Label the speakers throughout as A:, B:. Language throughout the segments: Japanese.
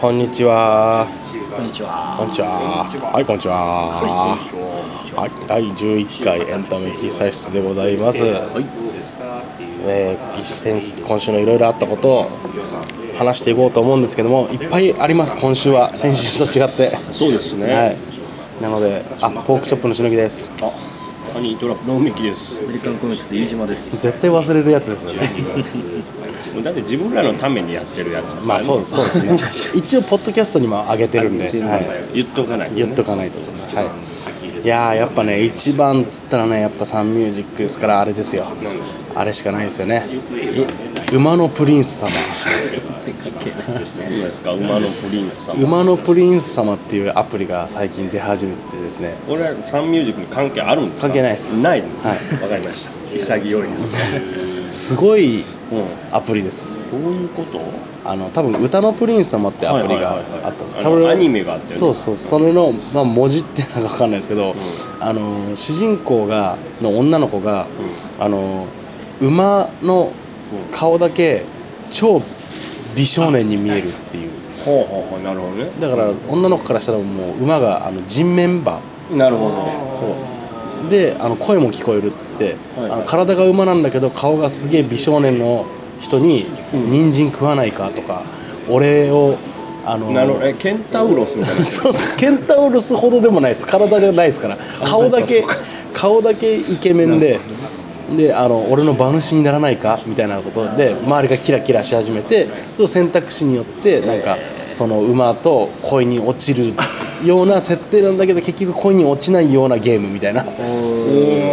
A: こんにちは。
B: こんにちは。
A: こんにちは。はい、こんにちは。はい、第11回エンタメ喫茶室でございます。
B: はい。
A: えー先今週のいろいろあったことを話していこうと思うんですけども、いっぱいあります、今週は。先週と違って。
B: そうですね。
A: はい。なので、あ、ポークチョップのしのぎです。
B: あ、ハニートラップの梅木です
C: ア。メリカンコミックス飯島です。
A: 絶対忘れるやつですよ ね。
B: だって自分らのためにやってるやつ。
A: まあそうです、そうですね。一応、ポッドキャストにも上げてるんで、はい。
B: 言っとかないとね。
A: 言っとかないとですね、はい、いやーやっぱね一番っつったらねやっぱサンミュージックですからあれですよあれしかないですよねい馬のプリンス様
C: せっかく
B: 何ですか、馬のプリンスさん。
A: 馬のプリンス様っていうアプリが最近出始めてですね
B: これはサンミュージックに関係あるんですか
A: 関係ないです
B: ないんです。
A: はい
B: わかりました。潔いです ね。
A: すごい
B: うん。
A: アプリです
B: どういうこと
A: あの多分歌のプリンス様ってアプリが
B: はいはいはいはい
A: あったんです
B: あ
A: 多
B: の
A: 分
B: アニメがあったよね
A: そうそうそれの、まあ、文字ってなんか分かんないですけど、あの主人公がの女の子が、あの馬の顔だけ超美少年に見えるっていう
B: ほうほうほう、なるほどね。
A: だから女の子からしたらもう馬があの人面馬
B: なるほどね。
A: そうであの声も聞こえるっつって、
B: はい
A: あの体が馬なんだけど顔がすげえ美少年の人に「
B: うん
A: 人参食わないか?」とか「俺をあの
B: なるほど。え、ケンタウロスみたいな。
A: そうそうケンタウロスほどでもないです体じゃないですから顔だけ
B: そうか
A: 顔だけイケメンでであの俺の馬主にならないかみたいなことで周りがキラキラし始めてその選択肢によってなんかその馬と恋に落ちるような設定なんだけど結局恋に落ちないようなゲームみたいなち
B: う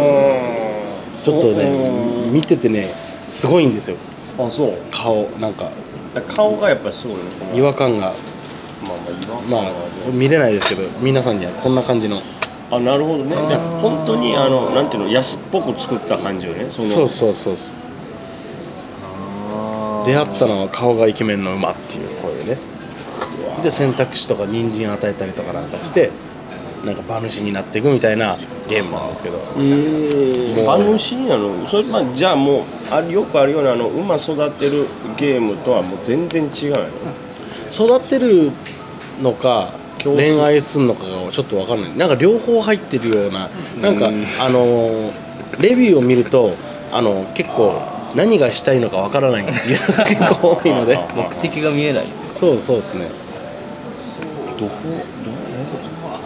B: ーん
A: ょっとね見ててねすごいんですよ
B: あ、そう。
A: 顔なんか
B: だから顔がやっぱりすごいね。この
A: 違和感が
B: まあまあ違和感
A: ま
B: は
A: あ
B: ね
A: 見れないですけど皆さんにはこんな感じの。
B: あなるほどねで本当にあのなんていうの安っぽく作った感じよねその
A: そうそうそうそう出会ったのは顔がイケメンの馬っていうこういうねで選択肢とか人参与えたりとかなんかしてなんか馬主になっていくみたいなゲームなんですけど
B: えー、馬主になるのそれ、まあ、じゃあもうあよくあるようなあの馬育てるゲームとはもう全然違うよね
A: 育てるのか
B: 競争
A: 恋愛するのかがちょっと分かんないなんか両方入ってるようななんか
B: うん
A: あのーレビューを見るとあの結構何がしたいのか分からないっていうのが結構多いので
C: 目的が見えないですよ。
A: そうそうですね
B: どこ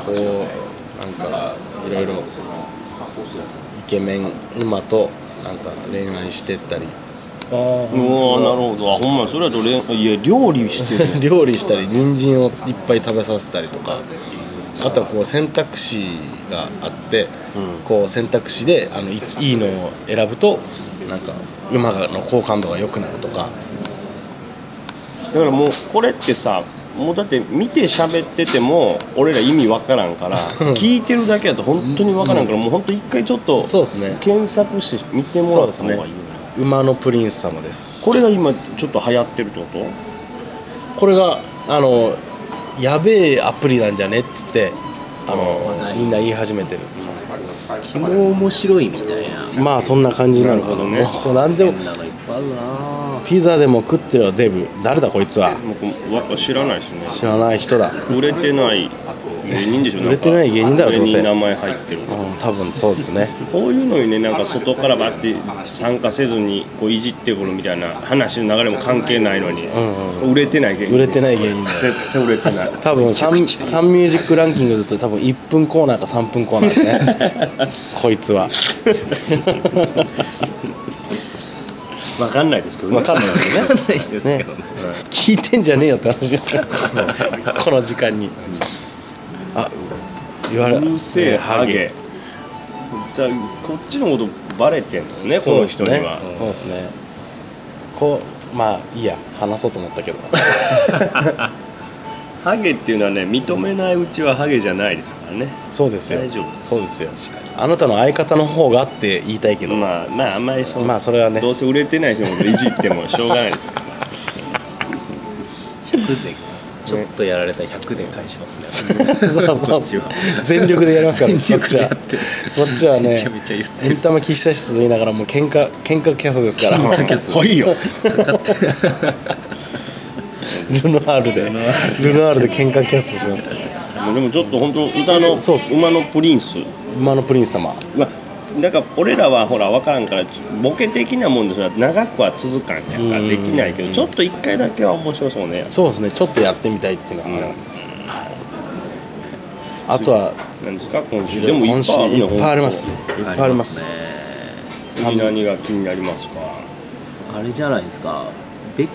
A: こうなんかいろいろイケメン馬となんか恋愛してった り
B: どああなるほどあほんまそれだとれんいや料理して る
A: 料理したり人参をいっぱい食べさせたりとかあとはこう選択肢があって、
B: うん
A: こう選択肢であのいいいのを選ぶとなんか馬の好感度が良くなるとか
B: だからもうこれってさもうだって見て喋ってても俺ら意味わから んから聞いてるだけだと本当にわからんからもう本当一回ちょっと
A: そうですね
B: 検索して見てもら
A: そう
B: った方がいいよね
A: ですね馬のプリンス様です
B: これが今ちょっと流行ってるってこと
A: これがあのやべえアプリなんじゃねっつってあのみんな言い始めてる
C: 気も面白いみたいな。
A: まあそんな感じなのか
B: なる
A: な
B: ほどね
A: もう何でも
C: 変なのいっぱいあるな
A: ピザでも食ってるよデブ誰だこいつは
B: もうわ知らないしね
A: 知らない人だ、
B: 売れてない芸人でしょんか
A: 売れてない芸人だろどうせ
B: 上に名前入ってる
A: うん、多分そうです ね
B: こういうのにねなんか外からバって参加せずにこういじってくるみたいな話の流れも関係ないのに、
A: んう
B: 売れてない芸人
A: 売れてない芸人だ
B: 絶対売れてない
A: 多分サンサンミュージックランキングだと多分1分コーナーか3分コーナーです ねこいつは
B: わかんないですけどね。
A: わかんないで
C: 知らない
A: す
C: ですけどね。
A: 聞いてんじゃねえよって話です からこの時間にあ言われ
B: うるせえハゲ。だこっちのことバレてんですね、こ
A: そう
B: の
A: で
B: 人
A: す
B: に
A: ね
B: は。
A: そうですねこうまあいいや話そうと思ったけど
B: ハゲっていうのはね、認めないうちはハゲじゃないですからね。
A: そうですよ
B: 大丈夫
A: そうですよあなたの相方の方がって言いたいけど、
B: まあ、まあ、あんまりその、
A: まあそれはね
B: どうせ売れてない人のこといじってもしょうがないで すから。
C: 100で、ちょっとやられたら100で返しますね。
A: そうそう
C: ちは
A: 全力でやりますから、ね、こ
C: 全
A: っ
C: 力
A: ちは
C: でや
A: こ
C: ってる
A: っちはね
C: めちゃめちゃ言って
A: エンタメ喫茶室と言いながらもう喧嘩喧嘩キャスですから
C: 喧嘩キャス
A: 来いよ
C: かかって
A: ルノアールでルノアールで喧嘩キャストします
B: もうでもちょっと本当歌の
A: そうっす
B: 馬のプリンス
A: 馬のプリンス様
B: まあなんか俺らはほら分からんからボケ的なもんですが長くは続かんやんか
A: うん
B: できないけどちょっと一回だけは面白そうね
A: そうですねちょっとやってみたいっていうのがあります、はいあとは
B: なんですか今週でもい
A: 今
B: っ
A: 週
B: ぱいあるね
A: いっぱいありますいっぱいあります
C: ね
B: 次何が気になりますか
C: あれじゃないですかベッ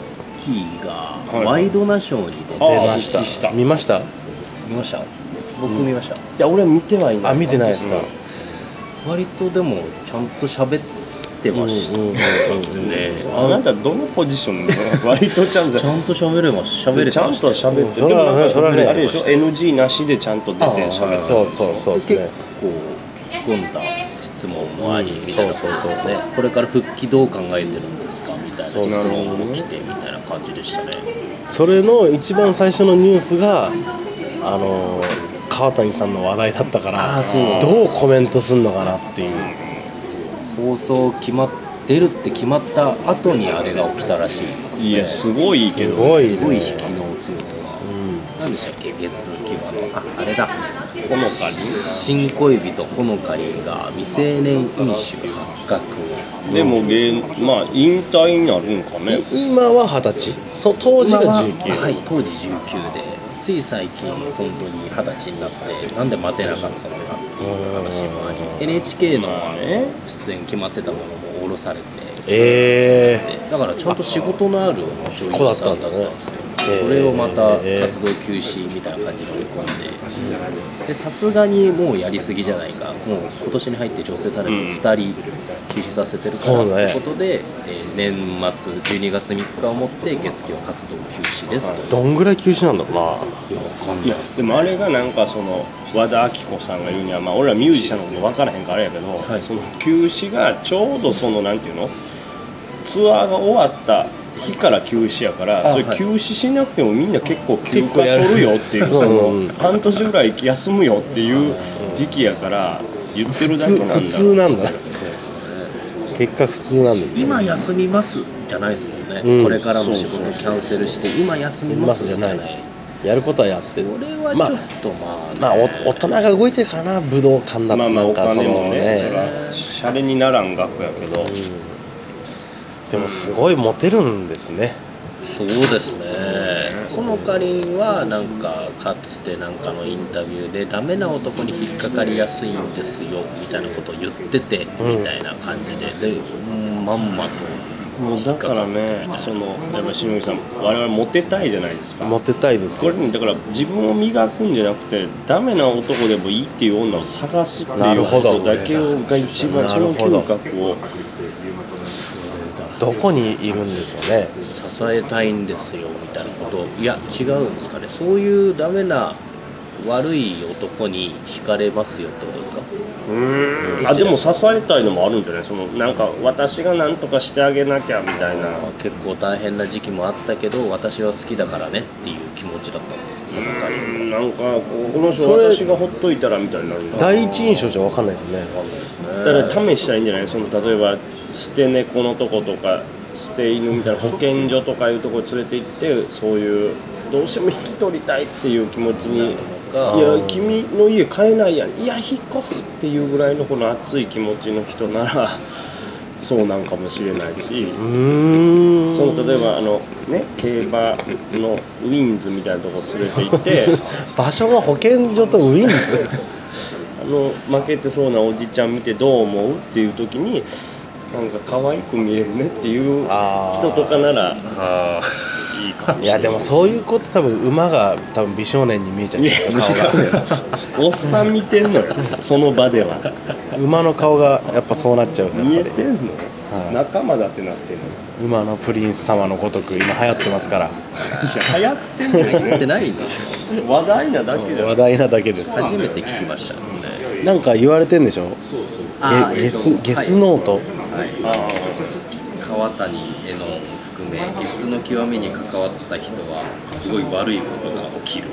C: キーが
B: い
C: ワイドナショーに出て、
B: あ
A: 出まし
B: お
A: た
B: 聞きした
A: 見ました
C: 見ました僕見ました、
B: いや俺は見てはいない
A: あ見てないですか、
C: 割とでもちゃんと喋ってました
A: うんうんうんうん
C: ね
B: あなたどのポジションなの割とちゃんと
C: ちゃんと喋れまし喋れてまし
B: ちゃんと
C: 喋
B: 喋って
A: うん
B: でもなんか
A: それはね
B: あれでしょ NG なしでちゃんと出て喋って
A: そうそうそうですね
C: 結構突っ込んだ質問もありみたいな
A: そう
C: 感
A: そうそう
C: じですねこれから復帰どう考えてるんですかみたいな質
A: そうそう
C: 問も来てみたいな感じでしたね
A: それの一番最初のニュースがあの川谷さんの話題だったから
C: あーそう
A: どうコメントすんのかなっていう
C: 放送決まっ出るって決まった後にあれが起きたらしいですね
B: いやすごいけ
A: す
B: ど
A: ごいね
C: すごい引きの強さ
A: うん
C: 何でしたっけ月金はのああれだ
B: ほのか
C: 新恋人ほのかりんが未成年飲酒発覚
B: にでも芸まあ引退になるんかね
A: い今は二十歳そ当時が19、
C: 今ははい当時19でつい最近本当に二十歳になってなんで待てなかったのかっていう話もあり
A: うん
C: NHK の
B: まあね
C: 出演決まってたものも降ろされて
A: ええ
C: だからちゃんと仕事のある
A: 子だったんだね
C: ですよ
A: へえ
C: それをまた活動休止みたいな感じに追い込んででさすがにもうやりすぎじゃないかもう今年に入って女性タレント2人休止させて
A: そう
C: るから
A: だね
C: ということで、えー年末12月3日をもって月曜活動休止ですと、、
A: どんぐらい休止なんだろうない
C: やわかんない
B: いや
C: です
B: でもあれがなんかその和田アキ子さんが言うには、まあ、俺らミュージシャンのこと分からへんからあれやけど、
C: はい
B: その休止がちょうどそのなんていうのツアーが終わった日から休止やから
C: あ
B: それ
C: はい
B: 休止しなくてもみんな結構休
A: 結構
B: 暇
A: やる
B: 取るよっていう
A: そう
B: そ
A: うん
B: の半年ぐらい休むよっていう時期やから言って
A: 普
B: るだ
A: 通
B: けなんだ
A: 普通なんだな
C: そうですね
A: 結果普通なんですね
C: 今休みますじゃないですもんね、
A: うん
C: これからの仕事キャンセルして今休み
A: マ
C: ます
A: スじ
C: じ
A: ゃ
C: ゃ
A: な
C: ないい
A: やることはやって
C: それはちょっとまあね
A: まあお大人が動いてるからな武道館だ
B: まあまあ
A: なん
B: お
A: かそ
B: 金
A: の
B: もねそれ
A: ね
B: はシャレにならん額やけど、
A: うんでもすごいモテるんですね
C: そうですね、ほのかりんはなんか、かつてなんかのインタビューで、ダメな男に引っかかりやすいんですよみたいなことを言ってて、
A: うん
C: みたいな感じで、で、うんまんまと、
B: もうだからねそのやっぱり篠木さん我々モテたいじゃないですか
A: モテたいです
B: こ
A: よ
B: れねだから自分を磨くんじゃなくてダメな男でもいいっていう女を探すって
A: ないる
B: う
A: ほ
B: こ
A: ど
B: とだけが一番その嗅覚を
A: どこにいるんでしょうね
C: 支えたいんですよみたいなことを、いや、違うんですかね、そういうダメな、悪い男に惹かれますよってことですか。
B: あでも支えたいのもあるんじゃないそのなんか私が何とかしてあげなきゃみたいな
C: まあ結構大変な時期もあったけど私は好きだからねっていう気持ちだったんですよ
B: うーんなんかこうこの人
A: それ
B: 私がほっといたらみたいになるんだ
A: 第一印象じゃ分かんないですよね
B: だから試したらいいんじゃないその例えば捨て猫のとことか捨て犬みたいな保健所とかいうとこ連れて行ってそういうどうしても引き取りたいっていう気持ちに
C: か
B: いや君の家買えないやんいや引っ越すっていうぐらいのこの熱い気持ちの人なら そうなんかもしれないし
A: うーん
B: その例えばあの、ね、競馬のウィンズみたいなとこ連れて行って
A: 場所が保健所とウィン ズ
B: あの負けてそうなおじちゃん見てどう思うっていう時になんか可愛く見えるねっていう
A: あー
B: 人とかなら
C: あ
B: いいかもしれない
A: いやでもそういう子って多分馬が多分美少年に見えちゃうん
B: い
A: で
B: や
A: すよ
B: 違うよおっさん見てんの よその場では
A: 馬の顔がやっぱそうなっちゃう
B: 見
A: ねや
B: え
A: っぱり
B: てんのよ、
A: はい
B: 仲間だってなってんのよ
A: 馬のプリンス様のごとく今流行ってますから
B: いや流行ってんのよ
C: あやってないんだ
B: 話題なだけじゃん
A: 話題なだけです
C: 初めて聞きましたもんね
A: なんか言われてんでしょ
C: あ
A: ゲゲス
C: えっと
A: ゲスノート、
C: はい
B: あ
C: 川谷絵音含めゲスの極みに関わった人はすごい悪いことが起きる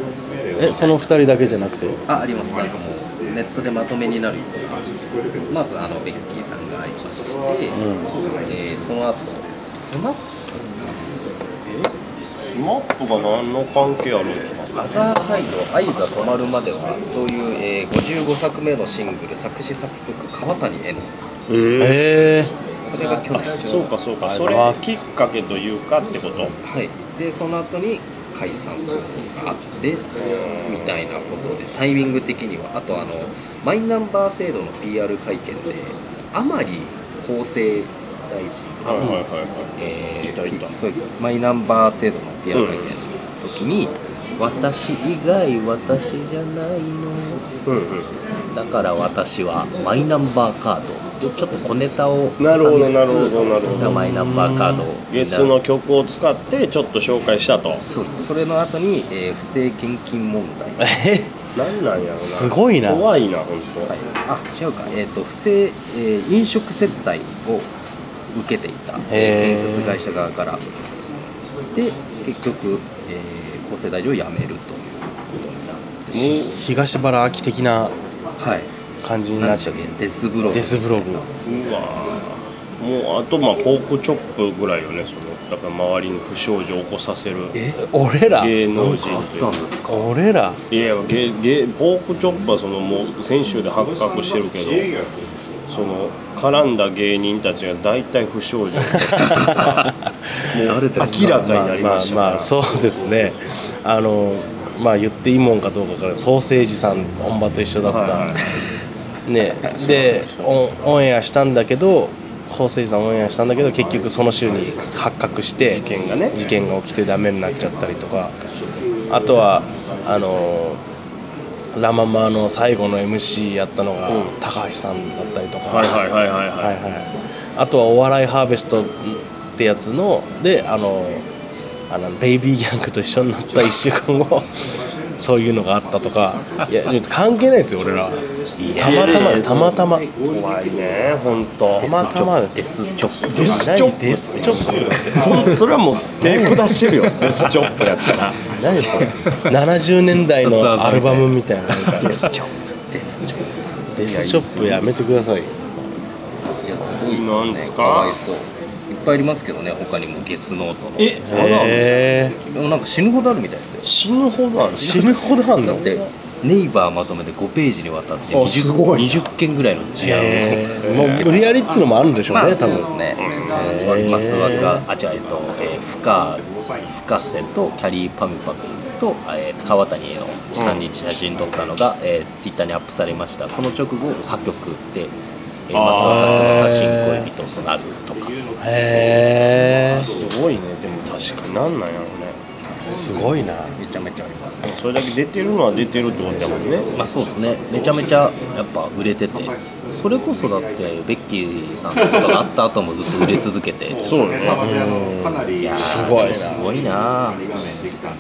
A: えその2人だけじゃなくて
C: あありますなんかもうネットでまとめになるようなまずあのベッキーさんがありまして、
A: ん
C: えーその後スマップさん
B: スマップが何の関係あるんですか
D: アザーサイド、愛が止まるまではという、えー55作目のシングル、作詞作曲、川谷絵音、
B: え
A: え
D: それが去年、
B: そうかそうか
A: あり
B: そ
A: がとうご
B: れ
A: ざいます
B: きっかけというかってこと
D: はい、でその後に解散騒動があってみたいなことでタイミング的にはあとあのマイナンバー制度の PR 会見で甘利厚生大臣
B: はいはいはい
D: え
B: いたい
D: ー
B: た
D: そういうマイナンバー制度の PR 会見の時に、
C: 私以外私じゃないの
B: うんうん
C: だから私はマイナンバーカードちょっと小ネタを
B: なるほ
C: 挟
B: ど
C: みつつ
B: なるほどなるほど
C: マイナンバーカードを
B: ゲスの曲を使ってちょっと紹介したと
D: そうですそれの後に、えー不正献金問題
A: ー、 え
B: なんなんやろな
A: すごいな
B: 怖いな本
D: はい、あ違うか、えーと不正えー飲食接待を受けていた、
A: へ
D: え
A: ー
D: ー建設会社側から、で結局、えー厚生大臣を辞めるということになって、
B: 当もう
A: 東原秋的な
D: はい、
A: 感じに
D: 何
A: な
D: で
A: っ
D: した
A: ちゃ
D: っ
A: う
D: け、デスブログ、
A: デスブログ
B: うわーもうあとまあポークチョップぐらいよねそのだから周りに不祥事を起こさせる
D: え
A: 俺ら
B: 芸
D: なん
B: 能人
D: かあったんですか、
A: 俺ら
B: いやいやゲゲポークチョップはそのもう先週で発覚してるけどその絡んだ芸人たちが大体不祥事を起こすも う
D: 誰ですか
B: 明らかになりましたから
A: あああそうですねあのまあ言っていいもんかどうかからソーセージさん本場と一緒だった、
B: はいは
A: ねでオンオンエアしたんだけどソーセージさんオンエアしたんだけど結局その週に発覚して
B: 事件がね
A: 事件が起きてダメになっちゃったりとかあとはあのラ・ママの最後の MC やったのが
B: うん
A: 高橋さんだったりとか、
B: はいはいはいはいは
A: はい
B: い、
A: はい、あとは「お笑いハーベスト」ってやつのであのあのベイビーギャングと一緒になった1週間 後そういうのがあったとかいや関係ないですよ俺らたまたまですたまたま
B: 怖いね本当
A: たまたまです
C: デスチョップ
A: デスチョップデスチョップ
B: 本当はもう手下してるよデスチョップやったら
A: 何それ70年代のアルバムみたいななんかデスチョッ
D: ですちょっ
A: プデスチョップやめてください
D: といやすごい
B: なんで
D: ですすね、
B: か
D: かわいそう、いっぱいありますけどね、他にもゲスノートの、
B: え
A: へえ
D: でもなんか死ぬほどあるみたいですよ。
B: 死ぬほどある
A: 死ぬほどあん
D: だ
A: の
D: ってネイバーまとめて5ページにわたって
B: あすご
D: 20,
B: い
D: 20件ぐらいの事案を、
A: へーもう無理やりっていうのもあるんでしょうね、
D: まあ、
A: 多
D: そう
A: 分
D: ですね、
A: へー
D: えー、マスワカあ違うえっと、えー、深深瀬とキャリーパムパムと、えー、川谷の3人写真撮ったのが、えーツイッターにアップされましたその直後破局で、えー、マスワカさんが新恋人となるとか
A: へえ
B: すごいねでも確かになんなんやろうね
A: すごいな
D: めちゃめちゃありますね
B: それだけ出てるのは出てるってことやもんね
D: ま
C: まあそうですねめちゃめちゃやっぱ売れててそれこそだってベッキーさんとかがあった後もずっと売れ続けて
B: そうね
A: うん
C: いやー
A: すごいな
C: すごいな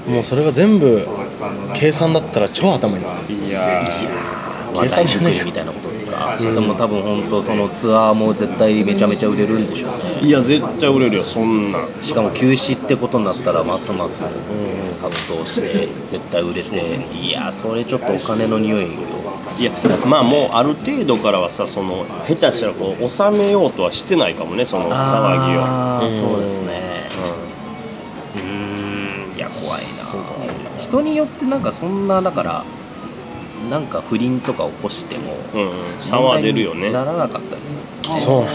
A: もうそれが全部計算だったら超頭いいですよ
B: いや
A: 計
C: 話
A: 算
C: 題
A: じゃ
C: 作
A: ねえ
C: りみたいなことですか、
A: うん
C: でも多分本当そのツアーも絶対めちゃめちゃ売れるんでしょう
B: ー
C: ね
B: いや絶対売れるよそんなん
C: しかも休止ってことになったらますます
A: ん
C: 殺到して絶対売れていやーそれちょっとお金の匂いを
B: いやまあもうある程度からはさその下手したらこう収めようとはしてないかもねその騒ぎを
C: あー
A: うん
C: そうですねうーんいや怖いな人によってなんかそんなだからなんか不倫とか起こしても
B: うん、うん、騒出るよね
C: 問題にならなかったりするんですよね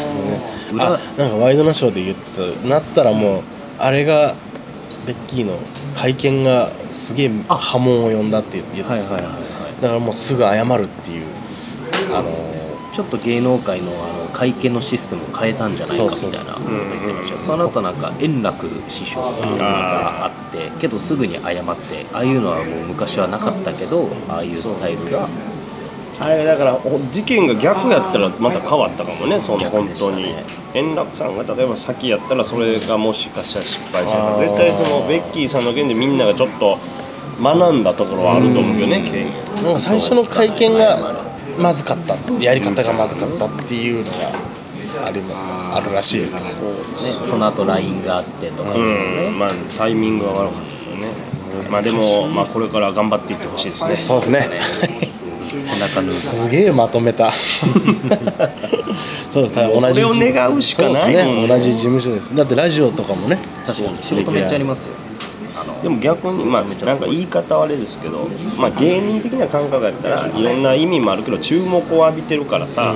A: そうなんだね
C: 裏
A: あなんかワイドナショーで言ってたなったらもうあれがベッキーの会見がすげえ波紋を呼んだって言ってた
C: はいはいはいはい
A: だからもうすぐ謝るっていうあの
C: ちょっと芸能界のあの会見のシステムを変えたんじゃないか
A: そ
C: みたいな
A: うそう
C: こと言ってましたよその後なんか円楽師匠があってけどすぐに謝ってああいうのはもう昔はなかったけどああいうスタイルが
B: あれだからお事件が逆やったらまた変わったかもねその
C: 逆
B: 本
C: でした
B: 当
C: ね
B: に円楽さんが例えば先やったらそれがもしかしたら失敗じゃ
A: あ
B: な
A: ー
B: い絶対そのベッキーさんの件でみんながちょっと学んだところはあると思うよね経験
A: なんか最初の会見がまずかったやり方がまずかったっていうのがありもあるらしいよ
C: ねその後 LINE があってとかですよ
B: う
C: ね
B: んまあタイミングが悪かったけどねまあでもまあこれから頑張っていってほしいですね
A: そうですね
C: 背中に
A: すげえまとめたそうですね
B: もう
A: 同じ
B: それを願うしかない
A: そうです
B: もん
A: ね
B: ね
A: 同じ事務所ですだってラジオとかもね
C: 確かに仕事めっちゃありますよあの
B: でも逆に、まあ、なんか言い方はあれですけど、まあ、芸人的な感覚やったらいろんな意味もあるけど注目を浴びてるからさ、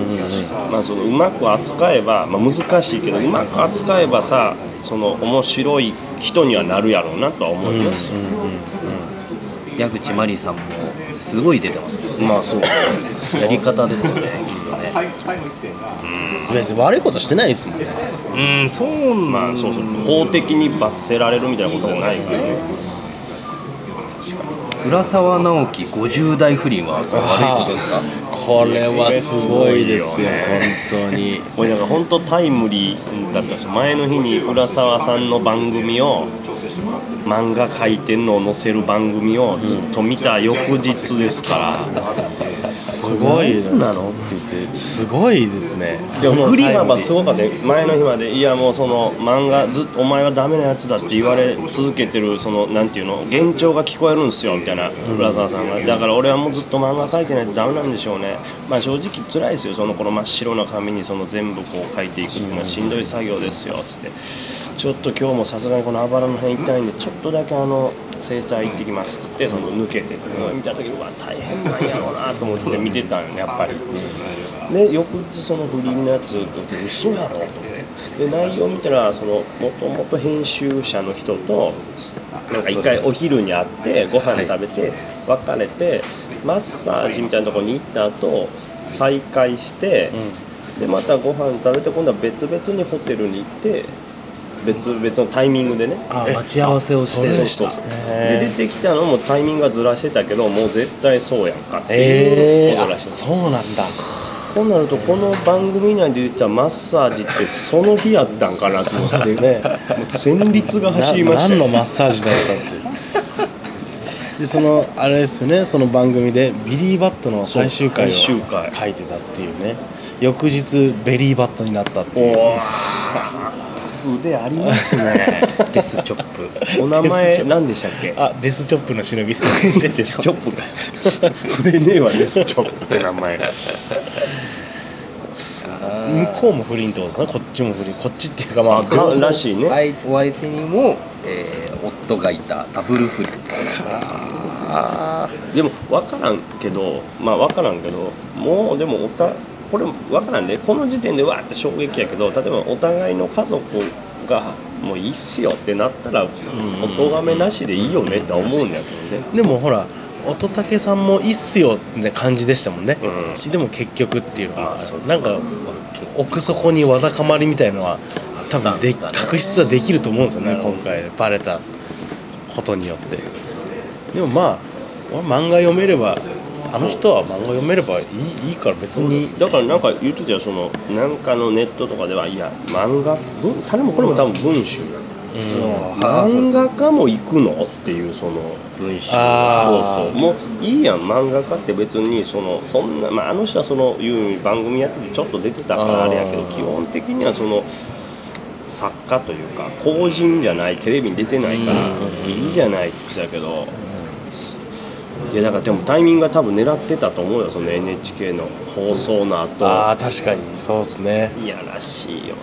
B: まあ、そのうまく扱えば、まあ、難しいけどうまく扱えばさその面白い人にはなるやろうなとは思います、
C: 矢口真理さんもすごい出てますけ
B: まあそう
C: どやり方ですよねきっとね
A: 別に悪いことしてないですもんね
B: うんそうまあそうそう法的に罰せられるみたいなことじゃないから、
C: 浦沢直樹50代不倫は悪いことですか
A: これはすごいですよ
B: す
A: 本当に
B: これなんか本当タイムリーだったし前の日に浦沢さんの番組を漫画描いてんのを載せる番組をずっと見た翌日ですから
A: すごい
B: 何なのって言って
A: すごいですね
B: でも振り幅すごかったよ前の日までいやもうその漫画ずっとお前はダメなやつだって言われ続けてるそのなんていうの幻聴が聞こえるんですよみたいな浦沢さんがだから俺はもうずっと漫画描いてないとダメなんでしょうねまあ正直辛いですよそのこの真っ白な紙にその全部こう描いていくっていうのはしんどい作業ですよつってちょっと今日もさすがにこのあばらの辺痛いんでちょっとだけあの整体行ってきますって言ってその抜けて見た時うわ大変なんやろうなと思って見てたんよねやっぱり。で翌日その不倫のやつ嘘やろと思ってで内容見たらそのもともと編集者の人となんか一回お昼に会ってご飯食べて別れてマッサージみたいなところに行った後再会してでまたご飯食べて今度は別々にホテルに行って別々のタイミングでね
C: あ待ち合わせをしてるんです
B: そう
C: か
B: そう
A: へー
B: で出てきたのもタイミングがずらしてたけどもう絶対そうやんかってい
A: え
B: う
A: え
B: ことらしいんです
A: そうなんだ
B: こうなるとこの番組内で言ってたマッサージってその日やったんかなと思っ
A: そ
B: て
A: う ですね
B: もう戦慄が走りました
A: な何の
B: よ
A: マッサージだった ってでそのあれですよねその番組でビリー・バットの最終回を
B: そ
A: 書
B: う最終回
A: いてたっていうね翌日ベリーバットになったっていう
B: おー腕ありますね
C: デスチョッ
B: お名前何でしたっけ
A: あデスチョップの忍びさん です
B: チョップか触れねえわですチョップって名前が
A: 向こうも不倫ってことですねこっちも不倫こっちっていうかまあ両方
B: らしい
C: プ
B: ね
C: 相手お相手にも、えー夫がいたダブル不倫
B: でも分からんけどまあ分からんけどもうでもおたこれも分からんで、この時点でわーって衝撃やけど例えばお互いの家族がもういいっすよってなったらお咎めなしでいいよねって思うんやけどね
A: でもほら乙武さんもいいっすよって感じでしたもんね、
B: う
A: でも結局っていうの
B: あ
A: は
B: そう
A: なんか奥底にわだかまりみたいのは多分で確執はできると思うんですよね今回バレたことによってでもまあ俺漫画読めればあの人は漫画読めればいいいいから別に
B: だからなんか言ってたよそのなんかのネットとかではいや漫画文誰もこれも多分文集なんだ
A: うん
B: 漫画家も行くのっていうその
C: 文集
B: そう
A: あ
B: そうもういいやん漫画家って別にそのそんな、まあ、あの人はそのいう意味番組やっててちょっと出てたか
A: あー
B: らあれやけど基本的にはその作家というか公人じゃないテレビに出てないからいいじゃないって言ってたけどいやだからでもタイミングは多分狙ってたと思うよその NHK の放送の後
A: ああー確かにそうですね
B: いやらしいよ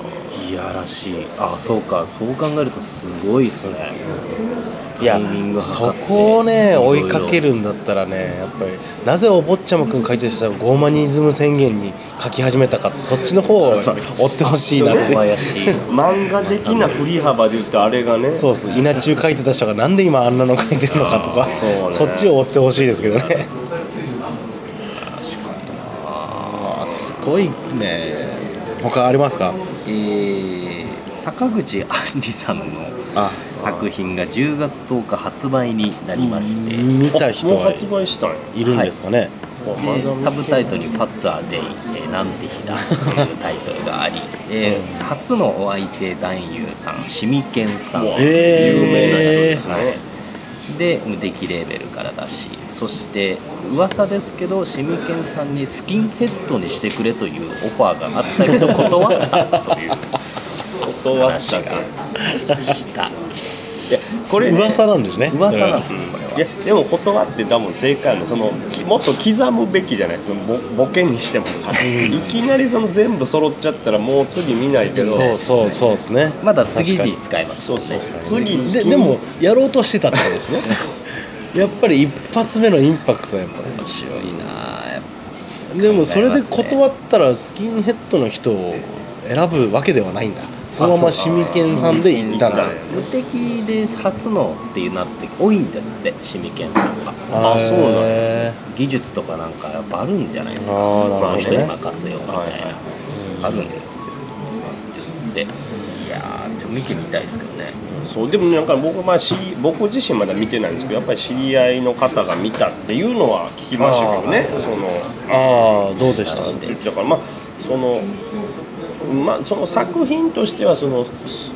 C: いやらしいあそうかそう考えるとすごいですね
A: いや
C: タイミング
A: そ
C: 測って
A: こをね
C: いろ
A: 追
C: いろ
A: いかけるんだったらねやっぱりなぜお坊ちゃま君書いてたゴーマニズム宣言に書き始めたかってそっちの方を追ってほしいなって
C: 小林
B: 漫画的な振り幅で言うとあれがね
A: そうそう稲中書いてた人がなんで今あんなの書いてるのかとか
B: そうね
A: そっちを追ってほしいですけどねあーすごいね他ありますか
C: えー坂口杏里さんの
A: あ
C: 作品が10月10日発売になりまして、
A: 見た人
B: もう
A: は
B: 発売したんや
A: いるんですかね、
C: えーサブタイトルに「パッツァーデイ、えーなんて日だ」というタイトルがあり、えー初のお相手男優さんシミケンさん
B: うわ
A: えー
B: 有名な人ですね、
C: で無敵レーベルからだしそして噂ですけどシミケンさんにスキンヘッドにしてくれというオファーがあったけど断ったという
B: 断った
C: 話
B: け
C: が
B: ど
C: した
B: いや
A: これ、噂なんですね
D: 噂なんです
B: これはいやでも言葉って多分正解なのそのきもっと刻むべきじゃないそのボボケにしてもさいきなりその全部揃っちゃったらもう次見ないけど
A: そうそうそうですね
D: まだ次に使えます
B: そうそう次に
A: ででもやろうとしてたってことですねやっぱり一発目のインパクトはやっぱり
D: 面白いなあやっぱ
A: でもそれで
D: 考えますね
A: 断ったらスキンヘッドの人を選ぶわけではないんだそのままシミケンさんで行ったんだ
B: あそう
D: 無敵で初のっていうなって多いんですってシミケンさんが
A: あー
B: そうなんだ
A: へ
D: 技術とかなんかやっぱあるんじゃないです
A: ー
D: か
A: あ
D: こ
A: あな
D: の
A: るほ
D: 人
A: ど
D: に
A: ね
D: 任せようみたいな、
B: はいはい
D: あるんですよですっていやーちょっと見てみたいですけどね
B: そうでもなんか僕,、まあ、知り僕自身まだ見てないんですけどやっぱり知り合いの方が見たっていうのは聞きましたけどねその
A: ああどうでした
B: なんて言ってたからまあそのまあ、その作品としてはその、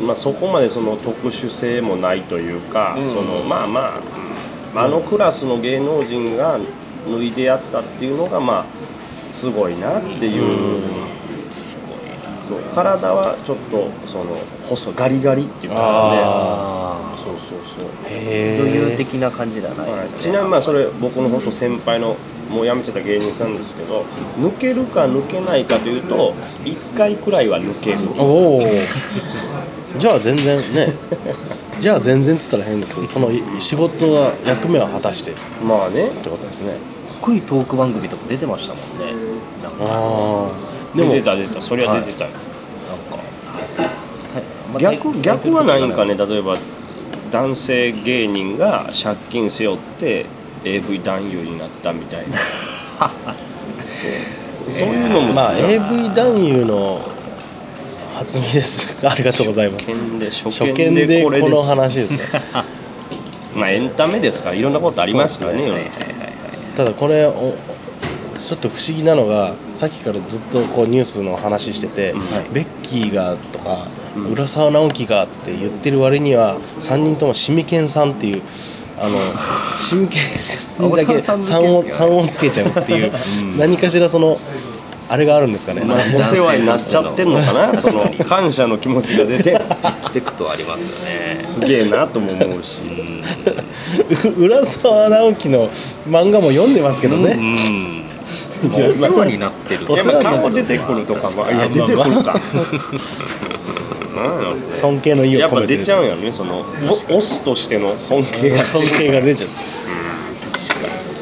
B: まあ、そこまでその特殊性もないというか、そのまあまああのクラスの芸能人が脱いでやったっていうのがまあすごいなっていう、そう体はちょっとその細ガリガリっていうかね
D: あ
B: そうそうそう
A: へ
D: 女優
A: え
D: 的な感じではない
B: は
D: で
B: い
D: すね、
B: ちなみにまあそれ僕の本当先輩のもう辞めちゃった芸人さんですけど抜けるか抜けないかというと1回くらいは抜ける
A: おおじゃあ全然ねじゃあ全然っつったら変ですけどその仕事は役目は果たしてって
B: まあね
A: ことですね
D: 低いトーク番組とか出てましたもんねなんか
A: ああで
B: 出
A: も
B: てた出てたそりゃ出てたよ、
D: まあ
B: 逆逆はない んかね例えば男性芸人が借金背負って AV 男優になったみ たいなそうそういうのも、
A: まあ AV 男優の初見ですありがとうございます
B: 初見で初
A: 初
B: 見
A: 見
B: で
A: で
B: これで
A: この
B: す
A: 話ですか
B: まあエンタメですからいろんなことあります からね世の中
A: ただこれおちょっと不思議なのがさっきからずっとこうニュースの話してて、
B: うん
A: ベッキーがとか、
B: うん
A: 浦沢直樹がって言ってる割には3人ともシミケンさんっていうあのシミケンだけ
D: 俺はさん付けですけど
A: 3
D: ね
A: を3をつけちゃうっていう、何かしらそのあれがあるんですかね、
B: まあ、お世話になっちゃってんのかな、その感謝の気持ちが出て、
D: リスペクトありますよね
B: すげえなとも思うし、
A: 浦沢直樹の漫画も読んでますけどね、
D: うんお世話になってる
A: お世話
B: やっ
A: になって
B: ぱ顔
A: る
B: 出てくるとかも、いや、出てくるか、なんやろね
A: 尊敬の意を
B: やっ
A: 込
B: ぱ
A: めて
B: 出
A: る
B: ちゃうんやろね、その、おオスとしての尊敬 が、
A: 尊敬が出ちゃって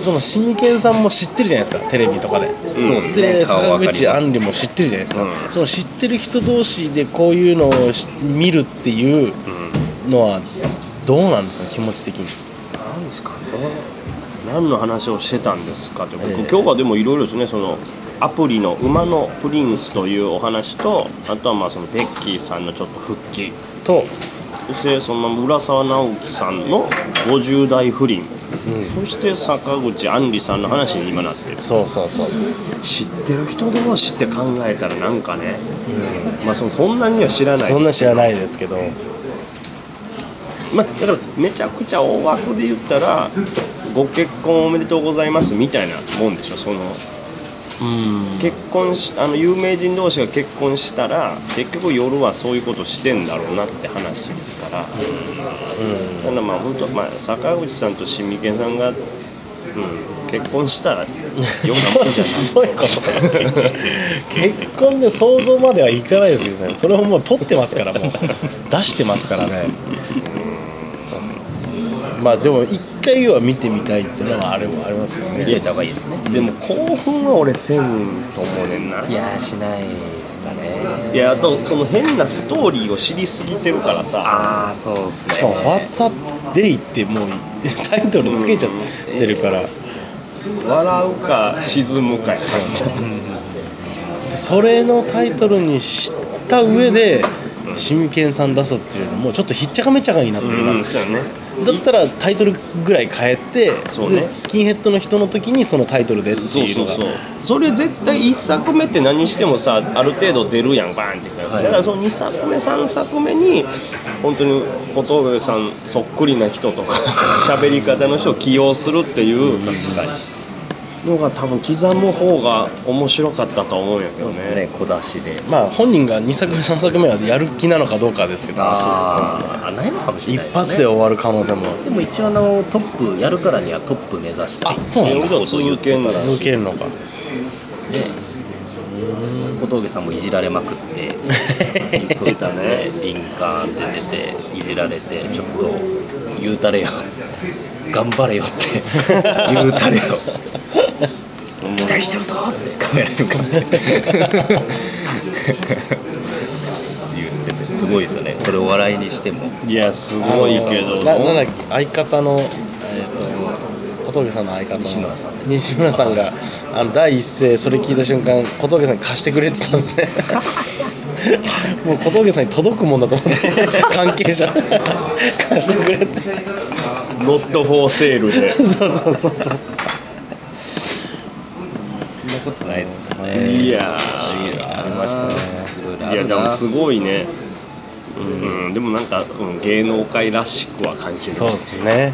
A: そのシミケンさんも知ってるじゃないですかテレビとかで、
B: そうっ
A: です坂口杏里も知ってるじゃないですか、
B: うん
A: その知ってる人同士でこういうのをし見るっていう
B: うん、
A: のはどうなんですか気持ち的に
B: なんですかね、何の話をしてたんですかって、僕、
A: ええ
B: 今日はでもいろいろですね、そのアプリの馬のプリンスというお話と、あとはまあそのベッキーさんのちょっと復帰。
A: と、
B: そしてその浦沢直樹さんの50代不倫そして坂口杏里さんの話に今なってる
A: そうそうそうそう、
B: 知ってる人同士って考えたらなんかね、まあ、そそんなには知らない
A: そんな知らないですけど
B: まあ、だからめちゃくちゃ大枠で言ったらご結婚おめでとうございますみたいなもんでしょその結婚しあの有名人同士が結婚したら結局夜はそういうことしてんだろうなって話ですか
A: うん
B: ら。ただまあ本当まあ坂口さんと清水健さんが、うん、結婚したらよくなるんじゃない
A: どういうこと結婚で想像まではいかないですけどねそれをもう取ってます からもう出してますからねそうそうまあでも一回は見てみたいっていうのはあれもありますよね
D: 見てた方がいいですね
B: でも興奮は俺せんと思うねんない
D: やーしないですかね
B: いやあとその変なストーリーを知りすぎてるからさ
D: ああそうっすね
A: しかも「WhatsApp デイ」ってもう タイトルつけちゃってるから、
B: 笑うか沈むかや
A: それのタイトルにした上でシミケンさん出すっていうのもちょっとひっちゃかめっちゃかになってるな、
B: うんそうやね
A: だったらタイトルぐらい変えて、
B: そうね
A: でスキンヘッドの人の時にそのタイトルでって
B: そう
A: いう
B: そ
A: の
B: う
A: が
B: そうそれ絶対1作目って何してもさある程度出るやんバーンって、
D: い
B: だからその2作目3作目に本当に小峠さん そっくりな人とか喋り方の人を起用するっていうのが多分刻む方が面白かったと思うんやけ
D: そう
B: ど
D: です
B: ね
D: ね小出しで
A: まあ本人が2作目3作目はやる気なのかどうかですけど
D: あ
C: あないのかもしれ
A: 一
C: ないですね
A: 発で終わる可能性も
C: でも一応あのトップやるからにはトップ目指したい
A: あそうなんだ
B: 俺らも続けんなら
A: 続けるのか
C: ね
D: 小峠さんもいじられまくって
C: そうですね
D: リンカーン出てていじられてちょっと言うたれよ頑張れよって言うたれよ期待してるぞってカメラに向かって言っててすごいですよねそれを笑いにしても
B: いやすごいけど
A: ななんだっけ相方のえっと小峠さんの相方の
D: 西村さん
A: 西村さんがあの第一声それ聞いた瞬間小峠さんに貸してくれって言ったん ですねもう小峠さんに届くもんだと思って関係者貸してくれって
B: ノットフォーセールで
A: そうそうそうそう
D: そんなことないですかね
B: いや
D: ありましたね
B: ーいやでもす
D: い
B: ごいねうん、でもなんか、うん、芸能界らしくは感じる
A: そうですね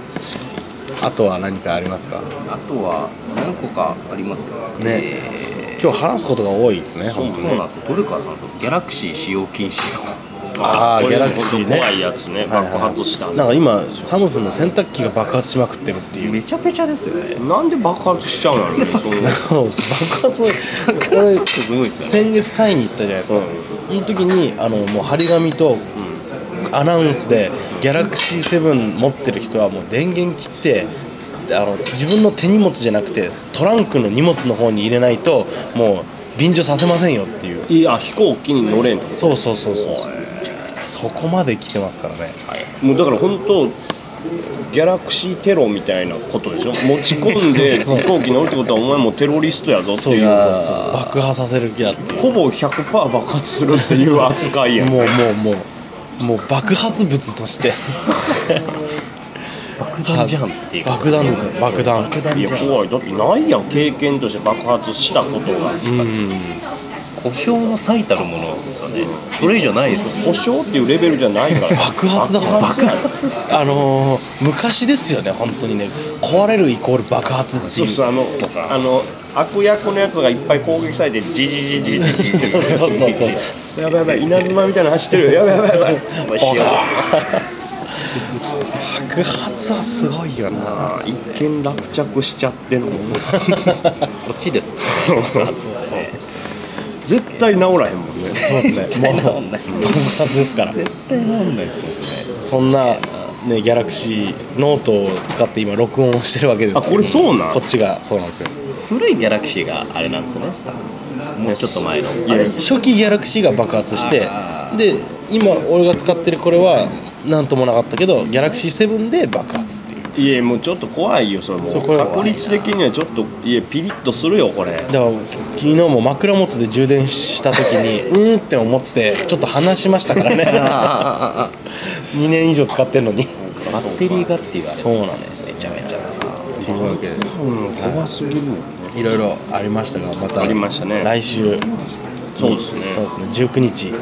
A: あとは何かありますか
D: あとは何個かありますよ
A: ね
D: えー
A: 今日話すことが多いですね
B: そう
D: そうなんですよどれからなんですかギャラクシー使用禁止の
A: あー
B: これ
A: ギャラクシーね
B: 怖いやつね
A: はいはい
B: 爆発した、
A: なんか今サムスンの洗濯機が爆発しまくってるっていう
D: め ちゃめちゃですよね
B: なんで爆発しちゃうのねその
A: そう爆発俺
D: すごいっす
A: 先月タイに行ったじゃないですか、その時にあのもう張り紙とアナウンスでギャラクシーセブン持ってる人はもう電源切ってであの自分の手荷物じゃなくてトランクの荷物の方に入れないともう便乗させませんよっていう
B: いや飛行機に乗れんと
A: そうそうそうそうそこまで来てますからね
B: もうだから本当ギャラクシーテロみたいなことでしょ持ち込ん で飛行機乗るってことはお前もうテロリストやぞって
A: そう
B: いう
A: そうそうそう爆破させる気だっていう
B: ほぼ100%爆発するっていう扱いやん
A: もうもうもうもう爆発物と して
D: 爆弾じゃんっていうこと
A: 爆弾ですよ爆弾爆弾
B: いや怖いだってないやん経験として爆発したことが
A: うん
D: 故障の最たるものですよねそれ以上ないですよ
B: 故障っていうレベルじゃないから
A: 爆発だから
B: 爆
A: 爆
B: 発
A: 発あのー昔ですよね本当にね壊れるイコール爆発って
B: そ
A: いうう
B: そうあのあの悪役のやつがいっぱい攻撃されてジジジジジジジ
A: そうそうそうそう
B: やばいやばい稲妻みたいなの走ってるよやばいやばいやばい
A: 爆発はすごいよな
B: あー一見落着しちゃってんの
D: オチですよね
B: そうそうそう絶対治らへんもんね
A: そうですねもう
D: 絶対治んない
A: 爆発ですから
D: 絶対なんないですもんね
A: そんなねギャラクシーノートを使って今録音をしてるわけですけど
B: あこれそうなん
A: こっちがそうなんですよ
D: 古いギャラクシーがあれなんですよね多分もうちょっと前 の
B: いや
A: 初期ギャラクシーが爆発して
D: あー
A: で今俺が使ってるこれは何ともなかったけどギャラクシー7で爆発っていう
B: いやもうちょっと怖いよそれもう
A: そうこれ
B: 確率的にはちょっといやピリッとするよこれ
A: だから昨日も枕元で充電した時に うーんって思ってちょっと話しましたからね2年以上使ってるのに
D: バッテリーがっていうあれです
A: そ
D: よ
A: う
D: ね
A: なんです
D: めちゃめちゃ
A: というわけで
B: 怖すぎる
A: いろいろありましたがまた
B: ありましたね
A: 来週
B: そうですね
A: そうですね19日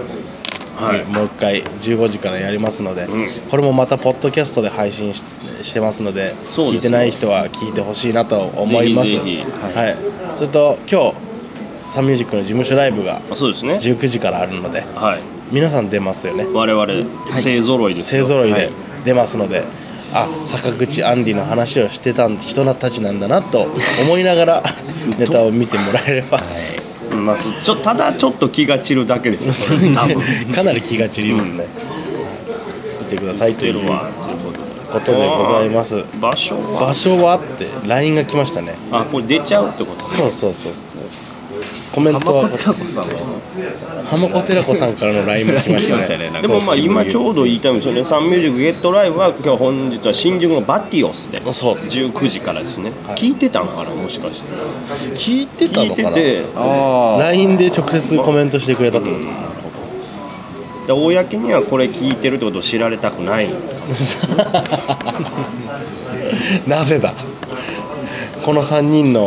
B: はい
A: もう一回15時からやりますので、
B: うん
A: これもまたポッドキャストで配信ししてますので
B: そうで
A: 聞
B: す
A: いてない人は聞いてほしいなと思います
B: ぜひぜひ
A: はいそれと今日サンミュージックの事務所ライブが
B: あそうですね
A: 19時からあるので
B: はい
A: 皆さん出ますよね
B: 我々勢ぞろいです
A: 勢
B: よ
A: ぞろい
B: は
A: で出ますので、あ坂口アンディの話をしてた人たちなんだなと思いながらネタを見てもらえれば、
B: まあ、ちょただちょっと気が散るだけですよ、これ多分。
A: かなり気が散りますね、見てくださいと
B: 出
A: い
B: る
A: う
B: わ
A: ことでございます
B: 場所は
A: 場所はって LINE が来ましたね
B: あ、これ出ちゃうってこと
A: そうそうそうそうコメントは
D: 浜子子さんも
A: 浜子寺子さんからの LINE も来ました
D: 来ました
A: ね
D: ねなん
B: で
D: か
B: もまあ今ちょうどいいタイムですよね、サンミュージックゲットライブは今日本日は新宿のバティオスで
A: そうっす
B: 19時からですね、
A: はい
B: 聞いてたんかな、もしかして、
A: 聞いてた
B: 聞い
A: のか
B: て
A: な
B: て、
D: あ
A: LINE で直接コメントしてくれたってこと
B: うんで公にはこれ聞いてるってことを知られたくないので、
A: なぜだこの3人の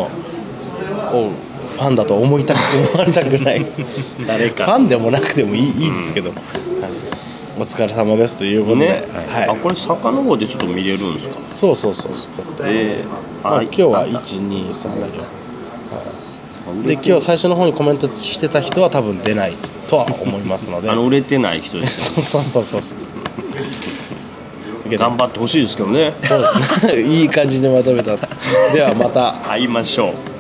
A: をファンだと思いたく思われたくない
C: 誰か
A: ファンでもなくてもいいいいですけど、はいお疲れ様ですということで、
B: ね、
A: はい
B: あこれ遡ってちょっと見れるんですか
A: そうそうそうそう、
B: えー
A: まあ
B: はい
A: 今日は123で今日最初の方にコメントしてた人は多分出ないとは思いますので
B: あの売れてない人です
A: そうそうそうそうそう
B: よ頑張ってほしいですけどね
A: そうですねいい感じにまとめたではまた
B: 会いましょう